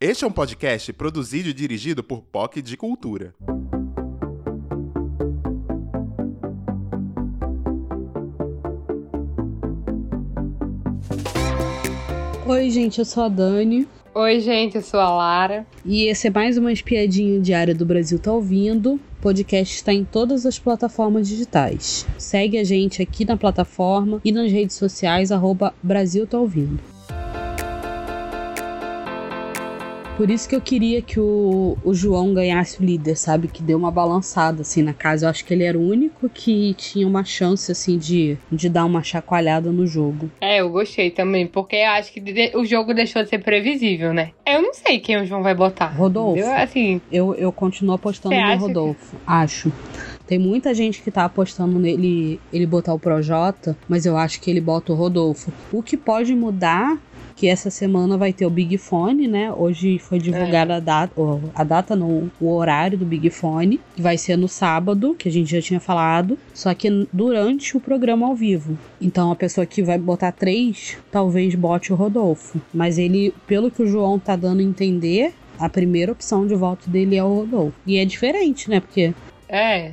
Este é um podcast produzido e dirigido por POC de Cultura. Oi, gente, eu sou a Dani. Oi, gente, eu sou a Lara. E esse é mais uma espiadinha diária do Brasil Tá Ouvindo. O podcast está em todas as plataformas digitais. Segue a gente aqui na plataforma e nas redes sociais, arroba Brasil Tá Ouvindo. Por isso que eu queria que o, o João ganhasse o líder, sabe? Que deu uma balançada, assim, na casa. Eu acho que ele era o único que tinha uma chance, assim, de, de dar uma chacoalhada no jogo. É, eu gostei também, porque eu acho que de- o jogo deixou de ser previsível, né? Eu não sei quem o João vai botar. Rodolfo. Eu, assim, Eu, eu continuo apostando Você no acha Rodolfo. Acho. Tem muita gente que tá apostando nele ele botar o Projota, mas eu acho que ele bota o Rodolfo. O que pode mudar, que essa semana vai ter o Big Fone, né? Hoje foi divulgada a data, o- a data não, o horário do Big Fone, que vai ser no sábado, que a gente já tinha falado, só que durante o programa ao vivo. Então a pessoa que vai botar três, talvez bote o Rodolfo. Mas ele, pelo que o João tá dando a entender, a primeira opção de voto dele é o Rodolfo. E é diferente, né? Porque é.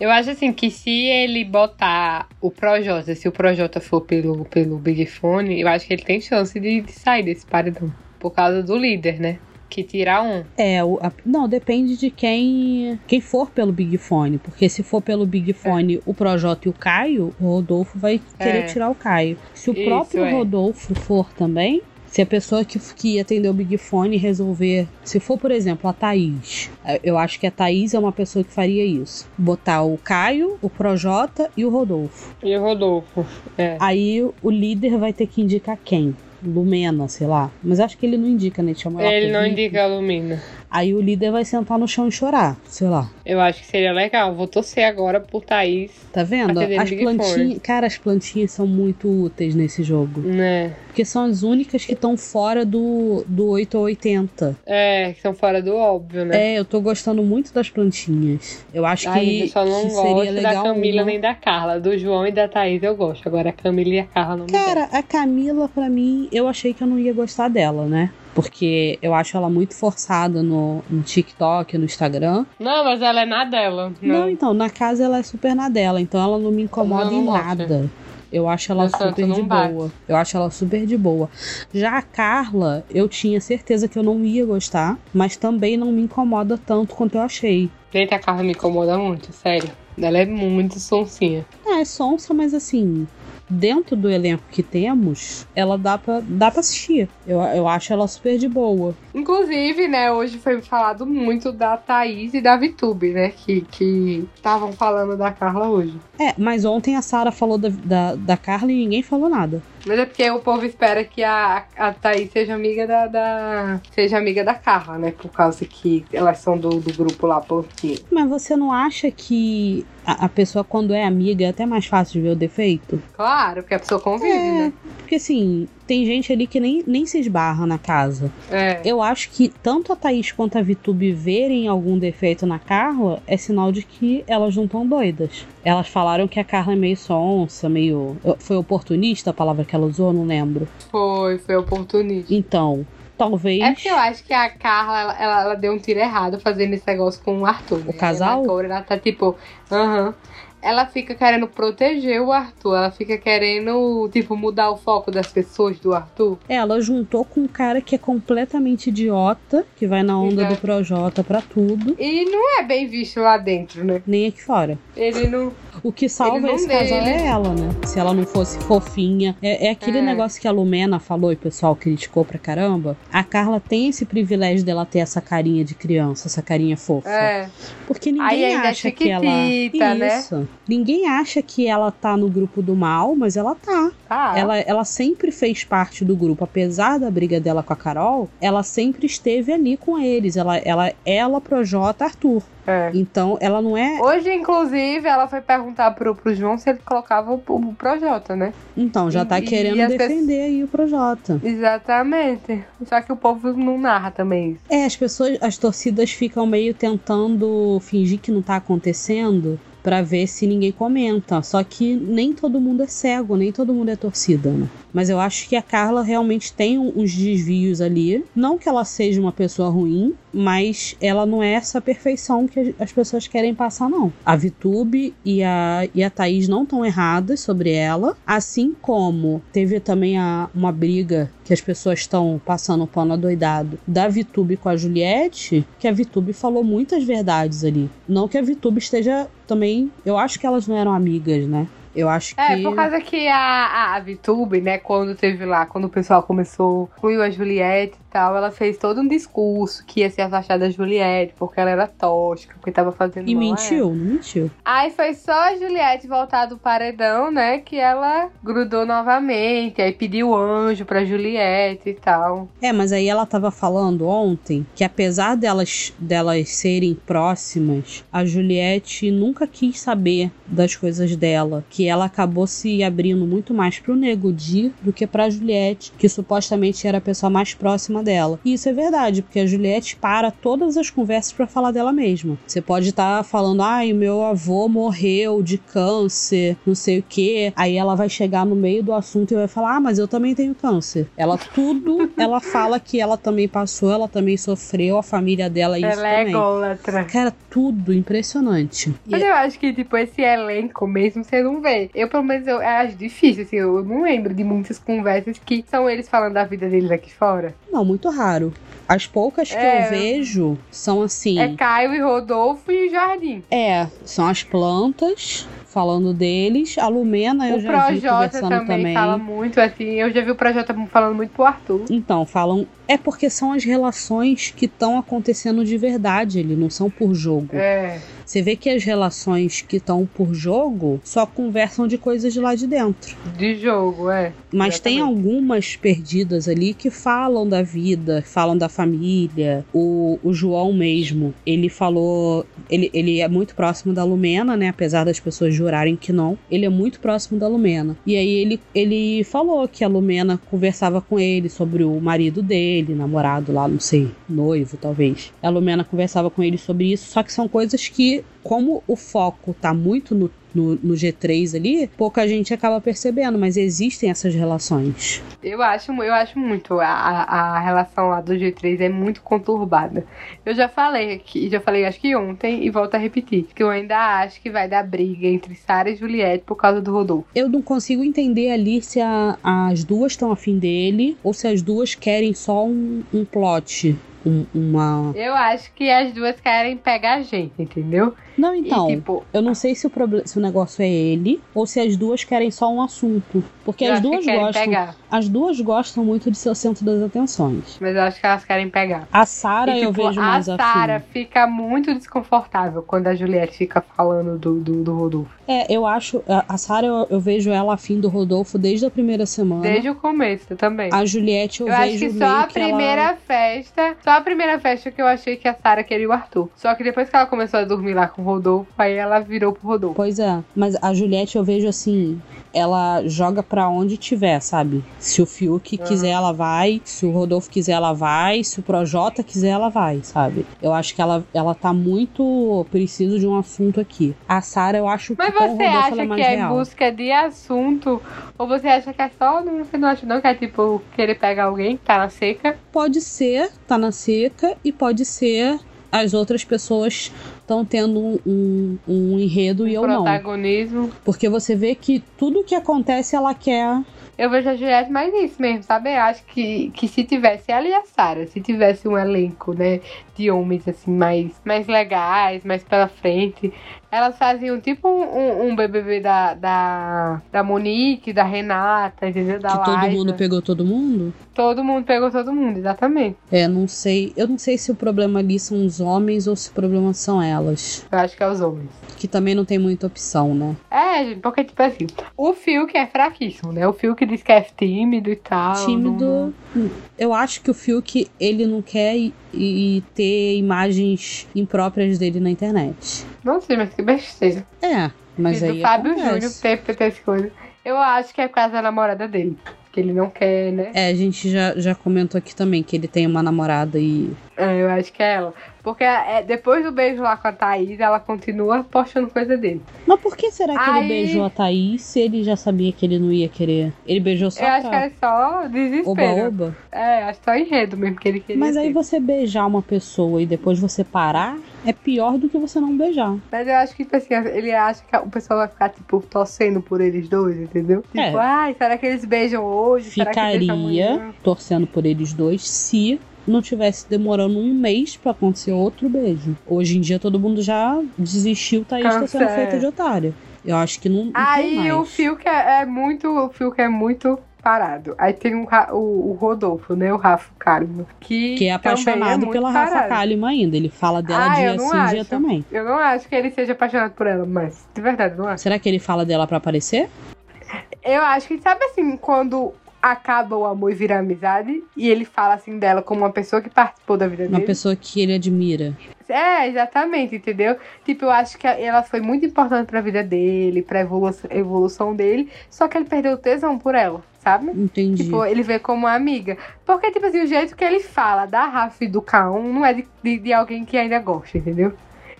Eu acho assim que se ele botar o Projota, se o Projota for pelo, pelo Big Fone, eu acho que ele tem chance de, de sair desse paredão. Por causa do líder, né? Que tirar um. é o. a- não, depende de quem quem for pelo Big Fone. Porque se for pelo É. Big Fone o Projota e o Caio, o Rodolfo vai querer É. tirar o Caio. Se o Isso, próprio é. Rodolfo for também. Se a pessoa que, que atender o Big Fone resolver. Se for, por exemplo, a Thaís. eh, Eu acho que a Thaís é uma pessoa que faria isso. Botar o Caio, o Projota e o Rodolfo. E o Rodolfo. É. Aí o líder vai ter que indicar quem? Lumena, sei lá. Mas acho que ele não indica, né? Ele, chama ela Ele pro não VIP. indica a Lumina. Aí o líder vai sentar no chão e chorar, sei lá. Eu acho que seria legal. Vou torcer agora pro Thaís, Tá vendo? Aquele As Big Four. plantinhas. Cara, as plantinhas são muito úteis nesse jogo. né? Porque são as únicas que estão fora do, do 8 ou 80. É, que são fora do óbvio, né? É, eu tô gostando muito das plantinhas. Eu acho Ai, que, gente, eu só não que seria gosto da legal. um Camila uma- nem da Carla. Do João e da Thaís eu gosto. Agora a Camila e a Carla não me Cara, a Camila, pra mim, eu achei que eu não ia gostar dela, né? Porque eu acho ela muito forçada no, no TikTok, no Instagram. desce. Não, mas ela é na dela. Não. Não. então, na casa ela é super na dela, então ela não me incomoda Ela não em gosta. nada. Eu acho ela Exato, super não de bate. boa. Eu acho ela super de boa. Já a Carla, eu tinha certeza que eu não ia gostar, mas também não me incomoda tanto quanto eu achei. Gente, a Carla me incomoda muito, sério. Ela é muito sonsinha. Ah, é sonsa, mas assim, dentro do elenco que temos, ela dá pra, dá pra assistir. Eu, eu acho ela super de boa. Inclusive, né, hoje foi falado muito da Thaís e da Vitube, né? Que que estavam falando da Carla hoje. É, mas ontem a Sara falou da, da, da Carla e ninguém falou nada. Mas é porque o povo espera que a, a Thaís seja amiga da, da- Seja amiga da Carla, né? Por causa que elas são do, do grupo lá, Plantinha. Mas você não acha que a, a pessoa, quando é amiga, é até mais fácil de ver o defeito? Claro, porque a pessoa convive, É. né? Porque assim, tem gente ali que nem, nem se esbarra na casa. É. Eu acho que tanto a Thaís quanto a Vitube verem algum defeito na Carla é sinal de que elas não estão doidas. Elas falaram que a Carla é meio sonsa, meio. Foi oportunista a palavra que ela usou, não lembro. Foi, foi oportunista. Então, talvez. É porque eu acho que a Carla, ela, ela- ela deu um tiro errado fazendo esse negócio com o Arthur. né? casal? Ela, agora, ela tá tipo, aham. Ela fica querendo proteger o Arthur. Ela fica querendo, tipo, mudar o foco das pessoas do Arthur. Ela juntou com um cara que é completamente idiota, que vai na onda do Exato. Projota pra tudo, E não é bem visto lá dentro, né? nem aqui fora. Ele não. O que salva Eles não esse casal é deles. ela, né? Se ela não fosse fofinha. É, é aquele É. negócio que a Lumena falou e o pessoal criticou pra caramba. A Carla tem esse privilégio dela ter essa carinha de criança, essa carinha fofa. É. Porque ninguém Aí ainda é acha que ela. chiquitita, né? Isso. Ninguém acha que ela tá no grupo do mal, mas ela tá. Tá. Ela, ela sempre fez parte do grupo, apesar da briga dela com a Carol, ela sempre esteve ali com eles. Ela, ela, ela projota Arthur. É. Então, ela não é. Hoje, inclusive, ela foi perguntar pro, pro João se ele colocava o, o Projota, né? Então, já tá E- e querendo as defender aí o Projota. Exatamente. Só que o povo não narra também isso. É, as pessoas, as torcidas ficam meio tentando fingir que não tá acontecendo pra ver se ninguém comenta. Só que nem todo mundo é cego, nem todo mundo é torcida, né? Mas eu acho que a Carla realmente tem um- uns desvios ali. Não que ela seja uma pessoa ruim, mas ela não é essa perfeição que as- as pessoas querem passar, não. A Vitube e a, e a Thaís não estão erradas sobre ela. Assim como teve também a- uma briga que as pessoas estão passando o pano adoidado da Vitube com a Juliette, que a Vitube falou muitas verdades ali. Não que a Vitube esteja também. Eu acho que elas não eram amigas, né? Eu acho É, que. por causa que a, a, a VTube, né, quando teve lá, quando o pessoal começou, incluiu a Juliette e tal, ela fez todo um discurso que ia se afastar da Juliette, porque ela era tóxica, porque tava fazendo E mal a ela. mentiu, não mentiu. Aí foi só a Juliette voltar do paredão, né, que ela grudou novamente, aí pediu anjo pra Juliette e tal. É, mas aí ela tava falando ontem que apesar delas, delas serem próximas, a Juliette nunca quis saber das coisas dela, que ela acabou se abrindo muito mais pro Nego Di do que pra Juliette, que supostamente era a pessoa mais próxima dela. E isso é verdade, porque a Juliette para todas as conversas pra falar dela mesma. Você pode estar falando, ai, meu avô morreu de câncer, não sei o quê. Aí ela vai chegar no meio do assunto e vai falar, ah, mas eu também tenho câncer. Ela tudo, ela fala que ela também passou, ela também sofreu, a família dela é isso ela é também. ególatra. Cara, tudo impressionante. E Mas eu acho que, tipo, esse elenco mesmo, você não vê. Eu, pelo menos, eu acho difícil, assim, eu não lembro de muitas conversas que são eles falando da vida deles aqui fora. Não, muito raro. As poucas que É. eu vejo são assim. É Caio e Rodolfo e o Jardim. É, são as plantas falando deles. A Lumena eu o já vi Projota conversando também, fala muito, assim, eu já vi o Projota falando muito pro Arthur. Então, falam. É porque são as relações que estão acontecendo de verdade ali, não são por jogo. É, Você vê que as relações que estão por jogo só conversam de coisas de lá de dentro. de jogo, é. Mas tem Exatamente. algumas perdidas ali que falam da vida, falam da família. O, o João mesmo, ele falou. Ele, ele é muito próximo da Lumena, né? Apesar das pessoas jurarem que não. Ele é muito próximo da Lumena. E aí ele, ele falou que a Lumena conversava com ele sobre o marido dele, namorado lá, não sei, noivo talvez. A Lumena conversava com ele sobre isso, só que são coisas que, como o foco tá muito no no, no G3 ali, pouca gente acaba percebendo, mas existem essas relações. Eu acho, eu acho muito. A, a, a relação lá do G3 é muito conturbada. Eu já falei aqui, já falei acho que ontem, e volto a repetir, que eu ainda acho que vai dar briga entre Sara e Juliette por causa do Rodolfo. Eu não consigo entender ali se a- as duas estão afim dele ou se as duas querem só um, um plot. um- uma. Eu acho que as duas querem pegar a gente, entendeu? Não, então. e tipo, Eu não sei se o, proble- se o negócio é ele ou se as duas querem só um assunto. Porque eu as acho duas que querem gostam. pegar. As duas gostam muito de ser o centro das atenções. Mas eu acho que elas querem pegar. A Sarah E, eu tipo, vejo a mais afim. Sara fica muito desconfortável quando a Juliette fica falando do, do, do Rodolfo. É, eu acho. A a Sarah eu, eu vejo ela afim do Rodolfo desde a primeira semana. Desde o começo também. A Juliette eu, Eu, vejo acho que só meio a que ela- primeira festa, só a primeira festa que eu achei que a Sara queria o Arthur. Só que depois que ela começou a dormir lá com o Rodolfo, aí ela virou pro Rodolfo. Pois é, mas a Juliette eu vejo assim, ela joga pra onde tiver, sabe? Se o Fiuk Aham. quiser, ela vai. Se o Rodolfo quiser, ela vai. Se o Projota quiser, ela vai, sabe? Eu acho que ela, ela tá muito preciso de um assunto aqui. A Sara eu acho Mas que com o você Rodolfo ela é acha mais que é em real. busca de assunto? Ou você acha que é só. não- Você não acha não que é tipo querer pegar alguém que tá na seca? Pode ser, tá na seca, e pode ser as outras pessoas estão tendo um, um, um enredo e eu não. protagonismo. Porque você vê que tudo que acontece ela quer. Eu vejo a Juliette mais nisso mesmo, sabe? Eu acho que, que se tivesse ela e a Sarah, se tivesse um elenco, né, de homens, assim, mais, mais legais, mais pela frente, elas faziam tipo um, um, um BBB da, da, da Monique, da Renata, entendeu? Da que todo Laila. mundo pegou todo mundo. Todo mundo pegou todo mundo, exatamente. É, não sei. Eu não sei se o problema ali são os homens ou se o problema são elas. Eu acho que é os homens. Que também não tem muita opção, né? É, gente, porque, tipo assim, o Phil que é fraquíssimo, né? O Phil que diz que é tímido e tal. não- Tímido. Eu acho que o Fiuk, ele não quer i- i- ter imagens impróprias dele na internet. Não, sei, mas que besteira. É, mas E aí. do Fábio acontece. Júnior ter feito essa coisa. Eu acho que é por causa da namorada dele. Que ele não quer, né? É, a gente já, já comentou aqui também que ele tem uma namorada e. É, eu acho que é ela. Porque é, depois do beijo lá com a Thaís, ela continua postando coisa dele. Mas por que será que Aí- ele beijou a Thaís se ele já sabia que ele não ia querer? Ele beijou só tá. eu acho que pra é só desespero. oba-oba? É, acho só enredo mesmo que ele queria. Mas aí ter. você beijar uma pessoa e depois você parar é pior do que você não beijar. Mas eu acho que, tipo assim, ele acha que o pessoal vai ficar, tipo, torcendo por eles dois, entendeu? É. Tipo, ai, será que eles beijam hoje? Será que beijam amanhã? Ficaria torcendo por eles dois se não tivesse demorando um mês pra acontecer outro beijo. Hoje em dia todo mundo já desistiu, Thaís tá sendo Cancela. feita de otária. Eu acho que não, não tem Aí mais. o Fiuk é, é muito. O Fiuk é muito parado. Aí tem o, Ra- o, o Rodolfo, né? O Rafa Kalima. Que, Que é também apaixonado muito pela Rafa parado. Kalimann ainda. Ele fala dela Ah, dia eu não sim, dia acho. também. Eu não acho que ele seja apaixonado por ela, mas de verdade, eu não acho. Será que ele fala dela pra aparecer? Eu acho que, sabe assim, quando acaba o amor e vira amizade, e ele fala assim dela como uma pessoa que participou da vida Uma dele. pessoa que ele admira. É, exatamente, entendeu? Tipo, eu acho que ela foi muito importante pra vida dele, pra evolução, evolução dele, só que ele perdeu o tesão por ela, sabe? Entendi. Tipo, ele vê como uma amiga. Porque, tipo assim, o jeito que ele fala da Rafa e do K1 não é de, de, de alguém que ainda gosta, entendeu?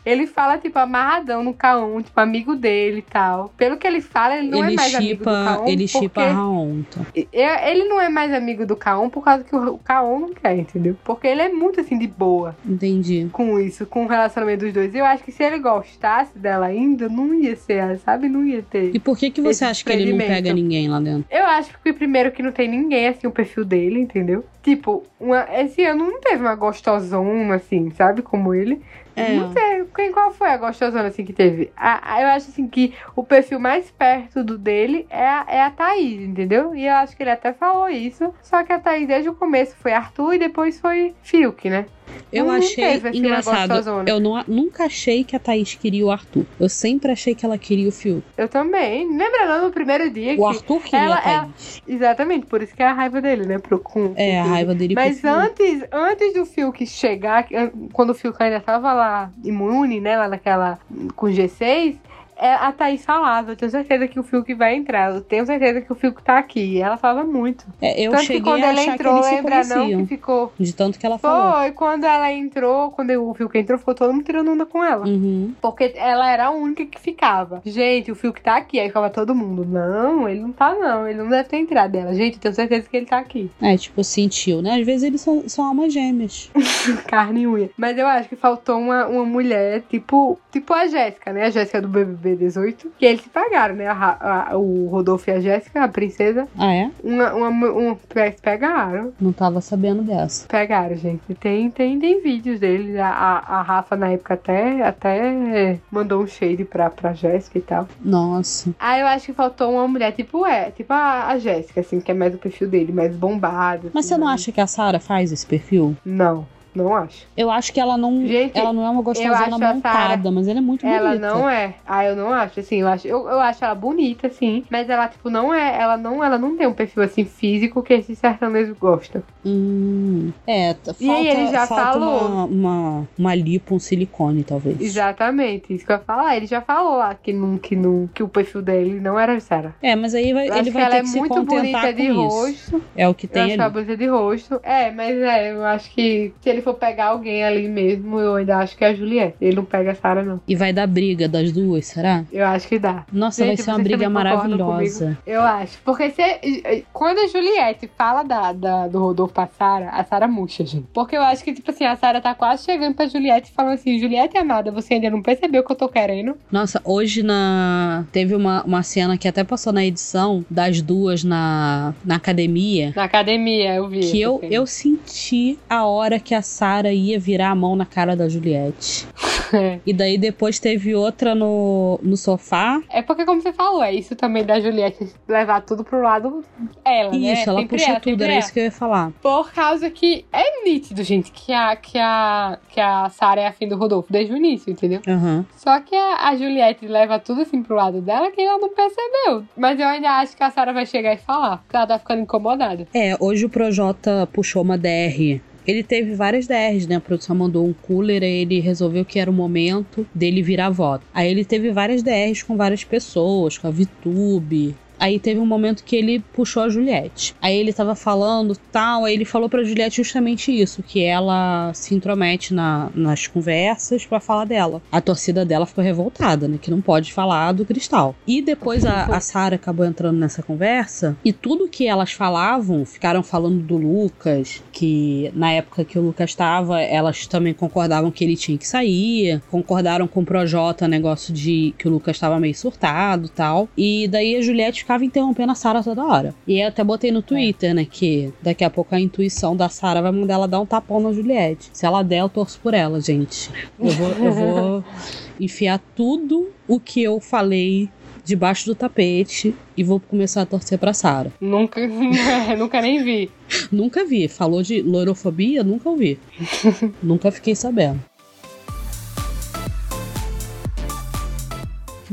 Ele fala, tipo, amarradão no K1, tipo, amigo dele e tal. Pelo que ele fala, ele não é ele mais amigo do chipa, K1. ele chipa a porque... Raon. tá? Eu- Ele não é mais amigo do K1 por causa que o K1 não quer, entendeu? Porque ele é muito, assim, de boa Entendi. com isso, com o relacionamento dos dois. Eu acho que se ele gostasse dela ainda, não ia ser, sabe? Não ia ter. E por que que você Esse acha que ele não experimento. pega ninguém lá dentro? Eu acho que primeiro que não tem ninguém, assim, o perfil dele, entendeu? Tipo, uma- esse ano não teve uma gostosona, assim, sabe? Como ele. É. Não teve. Quem, qual foi a gostosona, assim, que teve? A, a- eu acho, assim, que o perfil mais perto do dele é a, é a Thaís, entendeu? E eu acho que ele até falou isso. Só que a Thaís, desde o começo, foi Arthur e depois foi Fiuk, né? Eu Não achei teve, assim, uma engraçado. gostosona. Eu não- nunca achei que a Thaís queria o Arthur. Eu sempre achei que ela queria o Fiuk. Eu também. Lembra lá no primeiro dia O que... Arthur queria ela- é a Thaís. Exatamente, por isso que é a raiva dele, né? Pro, com, É, a com- raiva dele pro Mas Fiuk. antes, antes do Fiuk chegar, que- an- quando o Fiuk ainda tava lá imune, né? Lá naquela. com G6, é, a Thaís falava, eu tenho certeza que o Fiuk vai entrar, eu tenho certeza que o Fiuk tá aqui. E ela falava muito. É, eu Tanto cheguei que quando a ela achar entrou, que eles se lembra não conheciam. que ficou. De tanto que ela falou. Foi, quando ela entrou, quando o Fiuk entrou, ficou todo mundo tirando onda com ela. Uhum. Porque ela era a única que ficava. Gente, o Fiuk tá aqui. Aí ficava todo mundo. Não, ele não tá, não. Ele não deve ter entrado dela. Gente, eu tenho certeza que ele tá aqui. É, tipo, sentiu, né? Às vezes eles são, são almas gêmeas. Carne e unha. Mas eu acho que faltou uma, uma mulher, tipo, tipo a Jéssica, né? A Jéssica do BBB 18. Que eles se pagaram, né? A Ra- a- o Rodolfo e a Jéssica, a princesa. Ah, é? Uma, uma, mu- um, se pegaram. Não tava sabendo dessa. Pegaram, gente. Tem, tem, tem vídeos deles. A, a, a Rafa, na época, até, até mandou um shade pra, pra Jéssica e tal. Nossa. Ah, eu acho que faltou uma mulher tipo é, tipo a, a Jéssica, assim, que é mais o perfil dele, mais bombado. Mas assim, você não né? acha que a Sara faz esse perfil? Não, não acho. Eu acho que ela não. Gente, ela não é uma acho gostosona a Sara- montada, mas ela é muito Ela bonita. não é. Ah, eu não acho, assim, eu acho, eu, eu acho ela bonita, assim, mas ela, tipo, não é, ela não, ela não tem um perfil, assim, físico que esses sertanejos gostam. Hum, é, t- falta, E aí ele já falta falou. Uma, uma, uma lipo, um silicone, talvez. Exatamente, isso que eu ia falar. Ele já falou lá que, não, que, não, que o perfil dele não era Sarah. É, mas aí vai- Eu acho ele que vai ela ter é que se muito contentar bonita com de isso. rosto. É o que Eu tem acho ali. ela bonita de rosto. É, mas é, eu acho que se ele ele for pegar alguém ali mesmo, eu ainda acho que é a Juliette. Ele não pega a Sarah, não. E vai dar briga das duas, será? Eu acho que dá. Nossa, vai Gente, ser uma vocês briga também concordam maravilhosa. Eu acho. Porque se, eh, quando a Juliette fala da, da- do Rodolfo pra Sara, a Sara murcha, gente. Porque eu acho que, tipo assim, a Sara tá quase chegando pra Juliette e falando assim: Juliette amada, você ainda não percebeu o que eu tô querendo? Nossa, hoje na teve uma, uma cena que até passou na edição das duas na, na academia. Na academia, eu vi. assim. Que essa eu, cena. eu senti a hora que a Sarah ia virar a mão na cara da Juliette. E daí depois teve outra no, no sofá. É porque, como você falou, é isso também da Juliette levar tudo pro lado ela, né? isso, ela Sempre puxou tudo, sempre era ela. isso que eu ia falar. Por causa que é nítido, gente, que a, que a, que a Sarah é afim do Rodolfo desde o início, entendeu? Aham. Só que a, a Juliette leva tudo assim pro lado dela que ela não percebeu. Mas eu ainda acho que a Sarah vai chegar e falar, porque ela tá ficando incomodada. É, hoje o Projota puxou uma DR. Ele teve várias DRs, né? A produção mandou um cooler, aí ele resolveu que era o momento dele virar voto. Aí ele teve várias DRs com várias pessoas, com a VTube. Aí teve um momento que ele puxou a Juliette. Aí ele tava falando tal, aí ele falou pra Juliette justamente isso, que ela se intromete na- nas conversas pra falar dela. A torcida dela ficou revoltada, né? Que não pode falar do cristal. E depois a, a Sarah acabou entrando nessa conversa e tudo que elas falavam, ficaram falando do Lucas, que na época que o Lucas tava, elas também concordavam que ele tinha que sair, concordaram com o Projota, negócio de que o Lucas tava meio surtado e tal. E daí a Juliette ficava interrompendo a Sarah toda hora. E eu até botei no Twitter, né, que daqui a pouco a intuição da Sarah vai mandar ela dar um tapão na Juliette. Se ela der, eu torço por ela, gente. Eu vou, eu vou enfiar tudo o que eu falei debaixo do tapete e vou começar a torcer pra Sarah. Nunca, nunca nem vi. Nunca vi. Falou de loirofobia? Nunca ouvi. Nunca fiquei sabendo.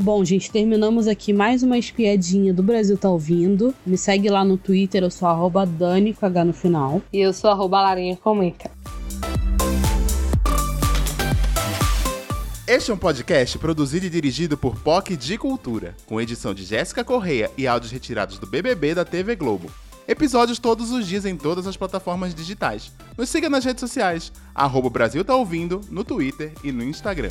Bom, gente, terminamos aqui mais uma espiadinha do Brasil Tá Ouvindo. Me segue lá no Twitter, eu sou arroba Dani com H no final. E eu sou arroba Larinha Comenta. Este é um podcast produzido e dirigido por POC de Cultura, com edição de Jéssica Correia e áudios retirados do BBB da TV Globo. Episódios todos os dias em todas as plataformas digitais. Nos siga nas redes sociais, arroba o Brasil tá ouvindo, no Twitter e no Instagram.